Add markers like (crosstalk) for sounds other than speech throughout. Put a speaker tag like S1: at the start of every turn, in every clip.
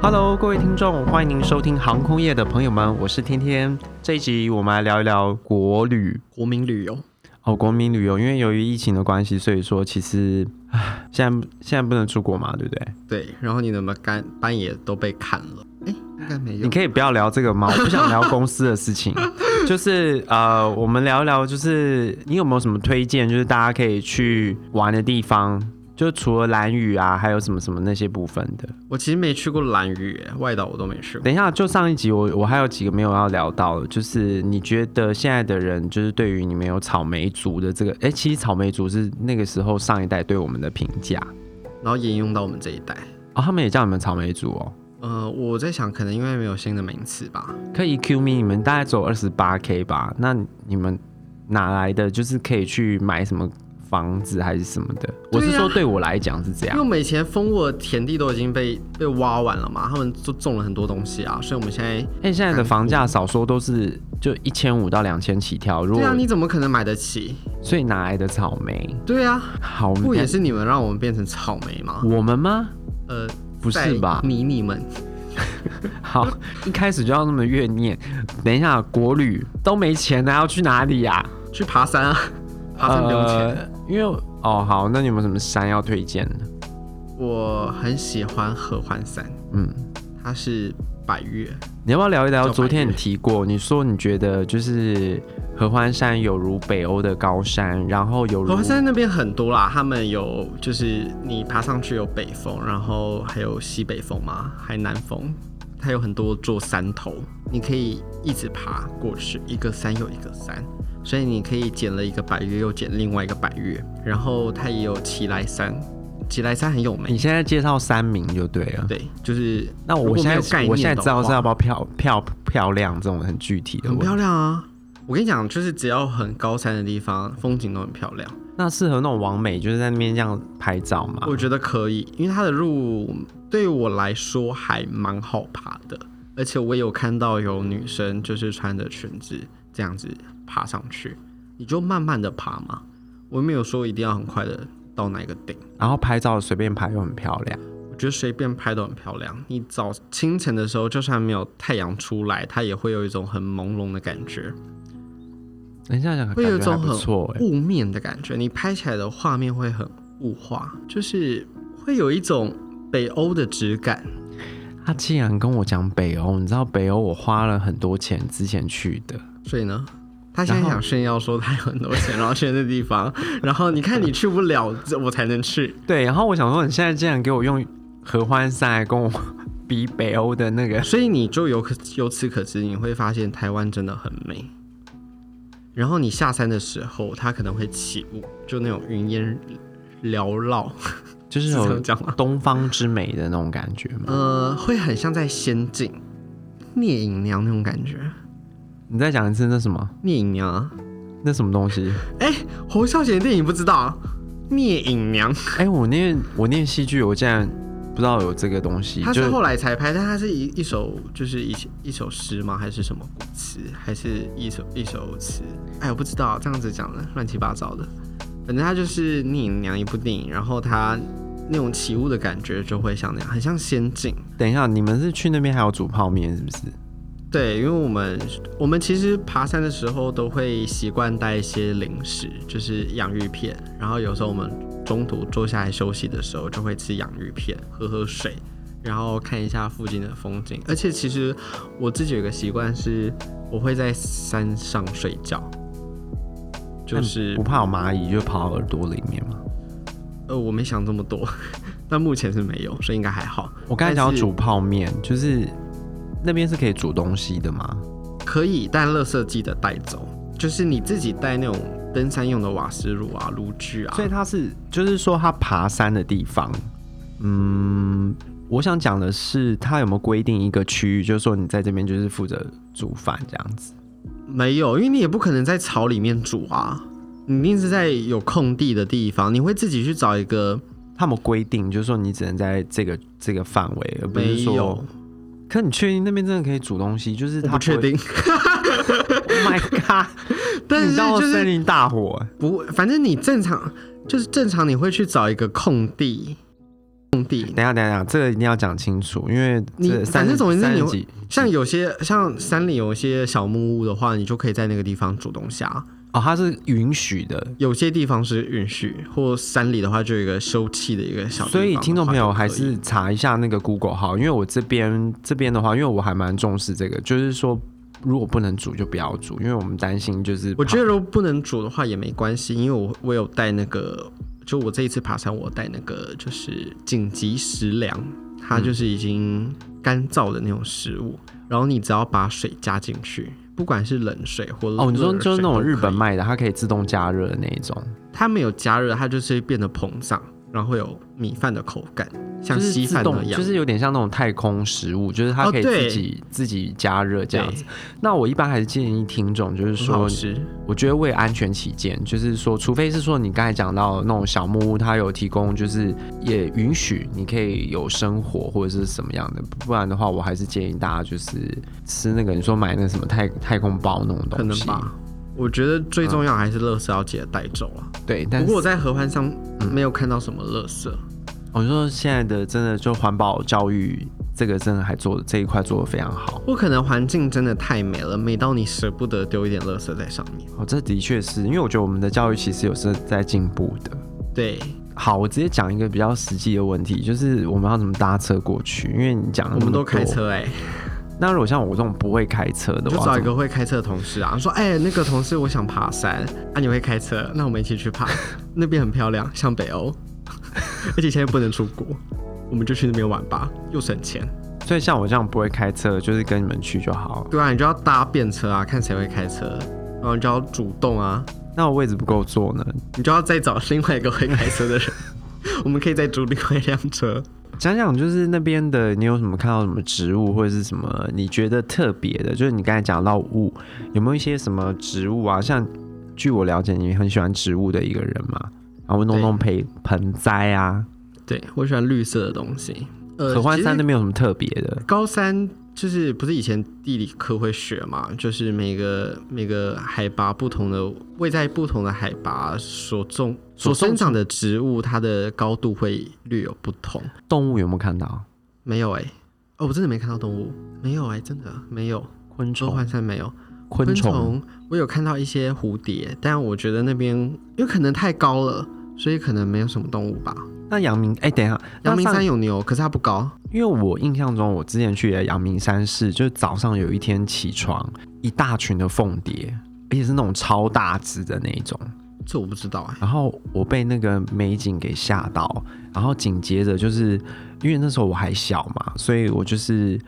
S1: Hello，各位听众，欢迎您收听航空业的朋友们，我是天天。这一集我们来聊一聊国旅
S2: 国民旅游，
S1: 哦，国民旅游，因为由于疫情的关系，所以说其实，唉，现在现在不能出国嘛，对不对？
S2: 对，然后你的班班也都被砍了，哎，应该没有
S1: 你，可以不要聊这个吗？我不想聊公司的事情。 (laughs) 就是呃，我们聊一聊，就是你有没有什么推荐，就是大家可以去玩的地方？就除了蓝屿啊，还有什么什么那些部分的。
S2: 我其实没去过蓝屿，哎外岛我都没去过。
S1: 等一下，就上一集我我还有几个没有要聊到的，就是你觉得现在的人就是对于你们有草莓族的这个，哎、其实草莓族是那个时候上一代对我们的评价
S2: 然后沿用到我们这一代。
S1: 哦，他们也叫你们草莓族哦。
S2: 呃，我在想，可能因为没有新的名词吧。
S1: 可以 Q me，你们大概只有二十八 K 吧？那你们哪来的就是可以去买什么房子还是什么的？我是
S2: 对啊
S1: 说对啊我来讲是这
S2: 因
S1: 样
S2: 为。我们以前蜂窝的田地都已经被被挖完了嘛，他们就种了很多东西啊，所以我们现在，
S1: 哎、现在的房价少说都是就一千五到两千起跳，如
S2: 对
S1: 果、
S2: 啊，你怎么可能买得起？
S1: 所以哪来的草莓？
S2: 对啊，
S1: 好，
S2: 不也是你们让我们变成草莓吗？
S1: 我们吗？
S2: 呃，
S1: 不是
S2: 在
S1: 吧
S2: 迷你们，
S1: 好，
S2: 嗯
S1: 一开始就要那么怨念。等一下，国旅都没钱了，要去哪里呀、
S2: 去爬山啊，爬山不用钱。
S1: 呃因为哦好，那你有没有什么山要推荐的？
S2: 我很喜欢合欢山，
S1: 嗯，
S2: 它是百越，
S1: 你要不要聊一聊？
S2: 叫
S1: 昨天
S2: 白
S1: 你
S2: 月
S1: 提过，你说你觉得就是合欢山有如北欧的高山，然后有如
S2: 合欢山那边很多啦，他们有就是你爬上去有北峰，然后还有西北风嘛，还南风，它有很多座山头，你可以一直爬过去，一个山又一个山，所以你可以捡了一个百越，又捡另外一个百越，然后它也有奇来山，奇来山很有
S1: 你
S2: 名，
S1: 现在介绍山名就对了。
S2: 对，就是
S1: 嗯那
S2: 如
S1: 我
S2: 果
S1: 现
S2: 没有
S1: 在
S2: 概
S1: 我现
S2: 念
S1: 在
S2: 的
S1: 知道是
S2: 话
S1: 要不要漂漂漂亮这种很具体的
S2: 很漂
S1: 问题。
S2: 亮啊。我跟你讲，就是只要很高山的地方，风景都很漂亮。
S1: 那适合那种网美，就是在那边这样拍照嘛。
S2: 我觉得可以，因为它的路对我来说还蛮好爬的，而且我也有看到有女生就是穿着裙子这样子爬上去，你就慢慢的爬嘛，我没有说一定要很快的到哪一个顶，
S1: 然后拍照随便拍又很漂亮。
S2: 我觉得随便拍都很漂亮。你早清晨的时候，就算没有太阳出来，它也会有一种很朦胧的感觉，
S1: 等一下哎讲，
S2: 会
S1: 嗯
S2: 有一哦
S1: 感觉还
S2: 种
S1: 不
S2: 很
S1: 错哎、
S2: 雾面的感觉，你拍起来的画面会很雾化，就是会有一种北欧的质感。
S1: 他既然跟我讲北欧，你知道北欧我花了很多钱之前去的，
S2: 所以呢，他现
S1: 然
S2: 在
S1: 后
S2: 想炫耀说他有很多钱，然 (laughs) 后去那地方，然后你看你去不了，这我才能去。
S1: 对，然后我想说你现在竟然给我用合欢山来跟我 (laughs) 比北欧的那个，
S2: 所以你就有可由此可知，你会发现台湾真的很美。然后你下山的时候，它可能会起雾，就那种云烟缭绕，
S1: 就是
S2: 是这
S1: 有
S2: 样讲吗？
S1: 东方之美的那种感觉嘛。
S2: 呃，会很像在仙境，聂隐娘那种感觉。
S1: 你再讲一次那什么，
S2: 聂隐娘啊，
S1: 那什么东西？
S2: 侯孝贤的电影不知道啊？聂隐娘，
S1: 哎、我念我念戏剧，我竟然不知道有这个东西，
S2: 他
S1: 就是
S2: 后来才拍，但他是一一首就是一一首诗吗？还是什么古词？还是一首一首词？哎，我不知道，这样子讲的乱七八糟的。反正他就是聂隐娘一部电影，然后他那种起雾的感觉就会像那样，很像仙境。
S1: 等一下，你们是去那边还有煮泡面是不是？
S2: 对，因为我们我们其实爬山的时候都会习惯带一些零食，就是洋芋片，然后有时候我们中途坐下来休息的时候就会吃洋芋片，喝喝水，然后看一下附近的风景。而且其实我自己有个习惯是，我会在山上睡觉，就是
S1: 不怕有蚂蚁就跑到耳朵里面嘛。
S2: 呃我没想这么多， (laughs) 但目前是没有，所以应该还好。
S1: 我刚才想
S2: 但
S1: 要
S2: 是
S1: 煮泡面，就是那边是可以煮东西的吗？
S2: 可以，但垃圾记得带走，就是你自己带那种登山用的瓦斯炉啊、炉具啊
S1: 所。以它是，就是说它爬山的地方，嗯，我想讲的是，它有没有规定一个区域，就是说你在这边就是负责煮饭这样子？
S2: 没有，因为你也不可能在草里面煮啊，你一定是在有空地的地方，你会自己去找一个。
S1: 他们规定就是说你只能在这个这个范围，而不是
S2: 没
S1: 说
S2: 有。，
S1: 可你确定那边真的可以煮东西？就是
S2: 我
S1: 他
S2: 不确定，
S1: Oh my god！
S2: (laughs) 但是
S1: 你到
S2: 就
S1: 森
S2: 是
S1: 林大火，
S2: 不，反正你正常就是正常，你会去找一个空地。空空地。
S1: 等一下等一下，这个一定要讲清楚，因为
S2: 你
S1: 这
S2: 反
S1: 三
S2: 正总而言之
S1: 三
S2: 你
S1: 十
S2: 会
S1: 几
S2: 像有些像山里有一些小木屋的话，你就可以在那个地方煮东西啊。
S1: 哦，它是允许的，
S2: 有些地方是允许，或山里的话就有一个休憩的一个小地方的话就可以。
S1: 所以听众朋友还是查一下那个 Google 号，因为我这边这边的话，因为我还蛮重视这个，就是说如果不能煮就不要煮，因为我们担心就是
S2: 我觉
S1: 得
S2: 得如果不能煮的话也没关系，因为我我有带那个，就我这一次爬山，我带那个就是紧急食粮，它就是已经干燥的那种食物，然后你只要把水加进去，不管是冷水或
S1: 哦，你说
S2: 热水
S1: 就是那
S2: 都
S1: 种
S2: 可以
S1: 日本，卖的，它可以自动加热的那一种，
S2: 它没有加热，它就是变得膨胀，然后会有米饭的口感，像
S1: 就是
S2: 稀
S1: 自
S2: 饭那
S1: 动，
S2: 样。
S1: 就是有点像那种太空食物，就是它
S2: 哦
S1: 可以
S2: 对
S1: 自己、自己加热这样子。那我一般还是建议听众，就是
S2: 很
S1: 说
S2: 好吃，
S1: 我觉得为安全起见，就是说，除非是说你刚才讲到那种小木屋，它有提供，就是也允许你可以有生活或者是什么样的，不然的话，我还是建议大家就是吃那个你说买那个什么太太空包那种
S2: 可
S1: 东
S2: 能
S1: 西，
S2: 吧。我觉得最重要还是乐色要记得带走啊。
S1: 对。但是嗯
S2: 不过我在合欢上没有看到什么乐色。
S1: 我就说现在的真的就环保教育这个真的还做这一块做的非常好。
S2: 不可能，环境真的太美了，美到你舍不得丢一点垃圾在上面。
S1: 哦，这的确是因为我觉得我们的教育其实有是在进步的。
S2: 对，
S1: 好，我直接讲一个比较实际的问题，就是我们要怎么搭车过去？因为你讲了
S2: 我
S1: 那
S2: 们
S1: 么
S2: 都开
S1: 多
S2: 车哎、
S1: 那如果像我这种不会开车的
S2: 就
S1: 话，
S2: 找一
S1: 怎么
S2: 个会开车的同事啊，说哎、那个同事我想爬山，啊你会开车，那我们一起去爬，那边很漂亮，像北
S1: (laughs)
S2: 欧，而且现在不能出国，我们就去那边玩吧，又省钱。
S1: 所以像我这样不会开车，就是跟你们去就好。
S2: 对啊，你就要搭便车啊，看谁会开车，然后你就要主动啊，
S1: 那我位置不够坐呢。
S2: 你就要再找另外一个会开车的人， (laughs) 我们可以再租另外一辆车。
S1: 讲讲就是那边的，你有什么看到什么植物或者是什么你觉得特别的？就是你刚才讲到物，有没有一些什么植物啊？像据我了解，你很喜欢植物的一个人嘛，然后弄弄盆盆栽啊。
S2: 对我喜欢绿色的东西。呃
S1: 合欢
S2: 其实
S1: 山那边有什么特别的？
S2: 高三就是不是以前地理课会学嘛？就是每个每个海拔不同的，位在不同的海拔所种
S1: 所种
S2: 所生长的植物，它的高度会略有不同。
S1: 动物有没有看到？
S2: 没有哎、哦，我真的没看到动物，没有哎、真的没有。
S1: 昆
S2: 合
S1: 虫，
S2: 欢山没有
S1: 昆虫，
S2: 我有看到一些蝴蝶，但我觉得那边因为可能太高了，所以可能没有什么动物吧。
S1: 那阳明，哎、等一下，那
S2: 阳明
S1: 上
S2: 山有牛，可是它不高。
S1: 因为我印象中，我之前去的阳明山是，就是早上有一天起床，一大群的凤蝶，而且是那种超大只的那一种。
S2: 这我不知道哎、
S1: 然后我被那个美景给吓到，然后紧接着就是因为那时候我还小嘛，所以我就是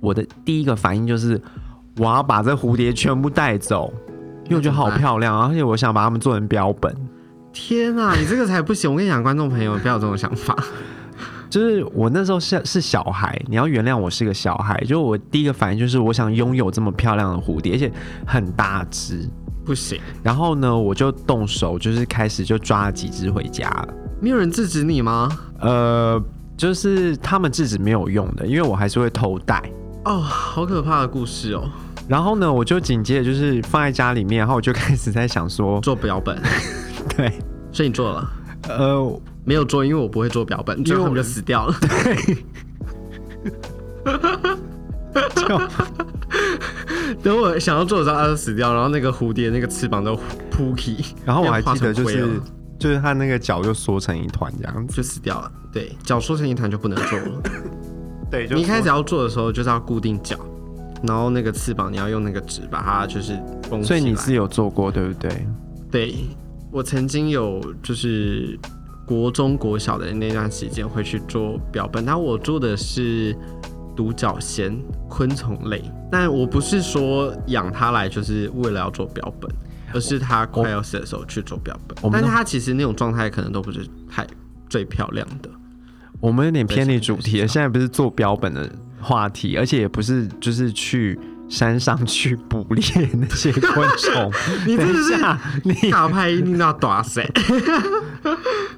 S1: 我的第一个反应就是我要把这蝴蝶全部带走，因为我觉得好漂亮，而且我想把它们做成标本。(laughs)
S2: 天啊，你这个才不行！我跟你讲，观众朋友不要有这种想法。
S1: 就是我那时候是是小孩，你要原谅我是个小孩。就我第一个反应就是我想拥有这么漂亮的蝴蝶，而且很大只。
S2: 不行，
S1: 然后呢，我就动手，就是开始就抓了几只回家了。
S2: 没有人制止你吗？
S1: 呃，就是他们制止没有用的，因为我还是会偷带。
S2: 哦，好可怕的故事哦！
S1: 然后呢，我就紧接着就是放在家里面，然后我就开始在想说， (laughs)
S2: 做标本，
S1: 对，
S2: 所以你做了
S1: 呃，
S2: 没有做？因为我不会做标本，
S1: 因为
S2: 最后
S1: 我
S2: 我就死掉了。
S1: 就
S2: (laughs) 等我想要做的时候，它就死掉，然后那个蝴蝶那个翅膀都扑起，
S1: 然后我还记得就
S2: 变化成
S1: 是
S2: 灰了
S1: 就是他那个脚就缩成一团这样子。
S2: 就死掉了。对，脚缩成一团就不能做了。
S1: 对，就
S2: 你一开
S1: 缩
S2: 始要做的时候就是要固定脚，然后那个翅膀你要用那个纸把它就是绷起
S1: 所
S2: 来。
S1: 以你是有做过对不对？
S2: 对，我曾经有就是国中、国小的那段时间会去做标本，但我做的是独角仙昆虫类，但我不是说养它来就是为了要做标本，而是它快要死的时候去做标
S1: 我们
S2: 本。但
S1: 都
S2: 是它其实那种状态可能都不是太最漂亮
S1: (laughs)
S2: 的。
S1: 我们有点偏离主题了，
S2: 对
S1: 现在不是做标本的话题，而且也不是就是去山上去捕猎那些昆虫。
S2: (laughs) 你
S1: 等
S2: 真的
S1: 一
S2: 是
S1: 下，你
S2: 尬拍一定那大谁？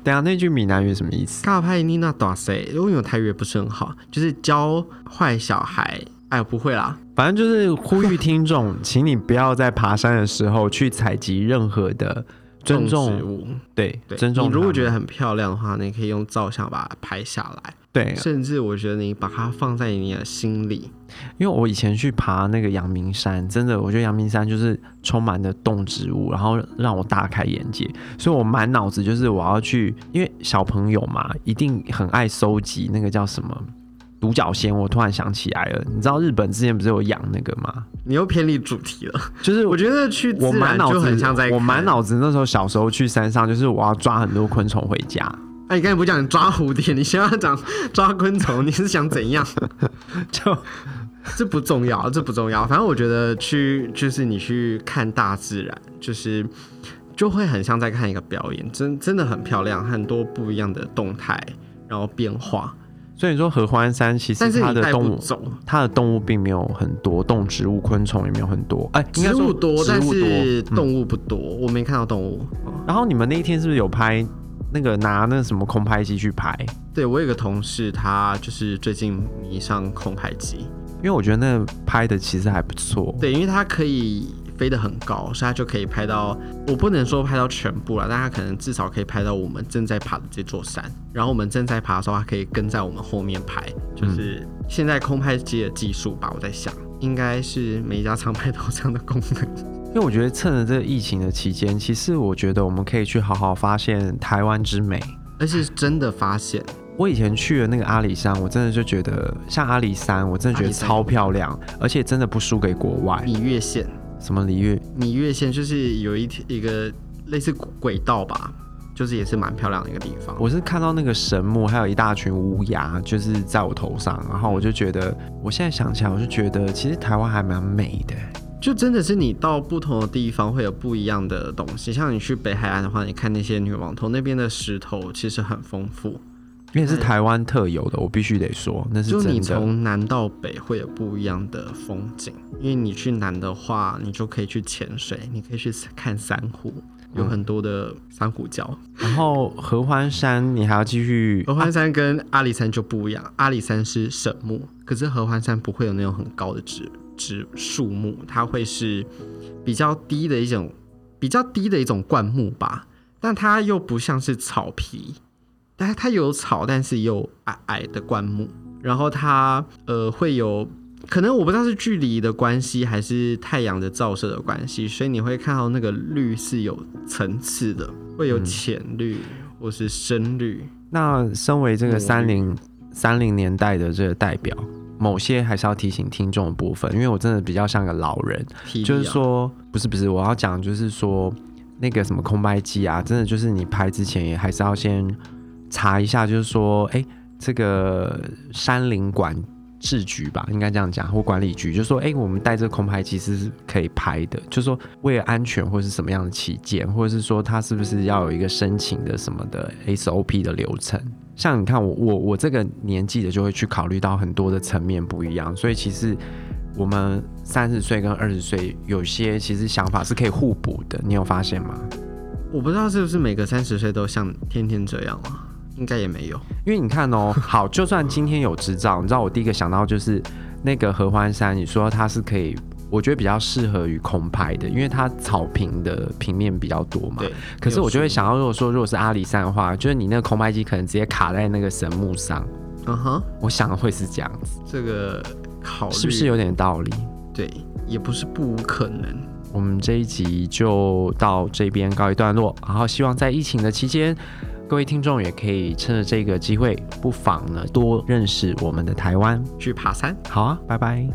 S1: 等一下那句闽南语什么意思？
S2: 尬拍一定那大谁？因为我台语也不是很好，就是教坏小孩。哎，不会啦，
S1: 反正就是呼吁听众，请你不要在爬山的时候去采集任何的尊
S2: 种
S1: 重
S2: 植物。
S1: 对
S2: 对，
S1: 尊重
S2: 你
S1: 它。
S2: 如果觉得很漂亮的话，你可以用照相把它拍下来，
S1: 对，
S2: 甚至我觉得你把它放在你的心里，
S1: 因为我以前去爬那个阳明山，真的，我觉得阳明山就是充满着动植物，然后让我大开眼界。所以我满脑子就是我要去，因为小朋友嘛，一定很爱收集那个叫什么独角仙。我突然想起来了，你知道日本之前不是有养那个吗？ (laughs)
S2: 你又偏离主题了。
S1: 就是
S2: 我觉得去
S1: 我
S2: 自
S1: 满
S2: 然
S1: 脑
S2: 就很像在
S1: 子，我
S2: 看
S1: 满。脑子那时候小时候去山上，就是我要抓很多昆虫回家。
S2: 哎，你刚才不讲你抓蝴蝶，你现在
S1: (laughs)
S2: 要讲抓昆虫，你是想怎样？
S1: 就
S2: (laughs) 这不重要，这不重要。反正我觉得去就是你去看大自然，就是就会很像在看一个表演，真真的很漂亮，很多不一样的动态，然后变化。
S1: 所以你说合欢山其实
S2: 但是
S1: 它
S2: 你
S1: 的
S2: 带
S1: 动
S2: 不
S1: 物
S2: 走，
S1: 它的动物并没有很多，动植物、昆虫也没有很多，哎、应该
S2: 植
S1: 说
S2: 物多，
S1: 植
S2: 但
S1: 物
S2: 是
S1: 多。嗯
S2: 动物不多。我没看到动物。哦
S1: 然后你们那一天是不是有拍那个拿那个什么空拍机去拍？
S2: 对我有个同事，他就是最近迷上空拍机，
S1: 因为我觉得那个拍的其实还不错。
S2: 对，因为它可以飞得很高，所以它就可以拍到，我不能说拍到全部了，但它可能至少可以拍到我们正在爬的这座山。然后我们正在爬的时候，它可以跟在我们后面拍，
S1: 嗯
S2: 就是现在空拍机的技术吧，我在想。应该是每一家厂牌都有这样的功能， (laughs)
S1: 因为我觉得趁着这个疫情的期间，其实我觉得我们可以去好好发现台湾之美。
S2: 而且是真的发现，
S1: 我以前去了那个阿里山，我真的就觉得像阿里山，我真的觉
S2: 阿
S1: 得
S2: 里山
S1: 超漂亮，而且真的不输给国外。
S2: 米月线，
S1: 什么里月
S2: 米月线就是有一一个类似轨道吧，就是也是蛮漂亮的一个地方。
S1: 我是看到那个神木，还有一大群乌鸦，就是在我头上，然后我就觉得，我现在想起来，我就觉得其实台湾还蛮美的。
S2: 就真的是你到不同的地方会有不一样的东西。像你去北海岸的话，你看那些女王头那边的石头其实很丰富，
S1: 因为是台湾特有的，我必须得说，那是
S2: 嗯就你
S1: 真的。
S2: 从南到北会有不一样的风景。因为你去南的话，你就可以去潜水，你可以去看珊瑚，有很多的珊瑚礁。
S1: 然后合欢山，你还要继续
S2: 合欢山跟阿里山就不一样，阿里山是神木，可是合欢山不会有那种很高的植植树木，它会是比较低的一种比较低的一种灌木吧，但它又不像是草皮，但它有草，但是也有矮矮的灌木，然后它呃会有。可能我不知道是距离的关系，还是太阳的照射的关系，所以你会看到那个绿是有层次的，会有浅绿或是深绿，
S1: 那身为这
S2: 我
S1: 个三
S2: 嗯
S1: 零三零年代的这个代表，某些还是要提醒听众的部分，因为我真的比较像个老人，
S2: 体力啊
S1: 就是，说，不是不是，我要讲就是说，那个什么空拍机啊，真的就是你拍之前也还是要先查一下，就是说，哎、这个山林管制局吧，应该这样讲，或管理局，就说，哎、我们带这个空拍机是可以拍的，就说为了安全或是什么样的起见，或者是说它是不是要有一个申请的什么的 SOP 的流程。像你看我我我这个年纪的就会去考虑到很多的层面不一样，所以其实我们三十岁跟二十岁有些其实想法是可以互补的，你有发现吗？
S2: 我不知道是不是每个三十岁都像天天这样啊，应该也没有。
S1: 因为你看
S2: (laughs)
S1: 哦，好，就算今天有执照，你知道我第一个想到就是那个合欢山，你说它是可以，我觉得比较适合于空拍的，因为它草坪的平面比较多嘛。
S2: 对，
S1: 可是我就
S2: 没
S1: 会
S2: 有
S1: 想到，如果说如果是阿里山的话，就是你那个空拍机可能直接卡在那个神木上，
S2: 说，嗯哼，
S1: 我想会是这样子，
S2: 这个考虑
S1: 是不是有点道理？
S2: 对，也不是不无可能。
S1: 我们这一集就到这边告一段落，然后希望在疫情的期间，各位听众也可以趁着这个机会，不妨呢多认识我们的台湾。
S2: 去爬山。
S1: 好啊，拜拜。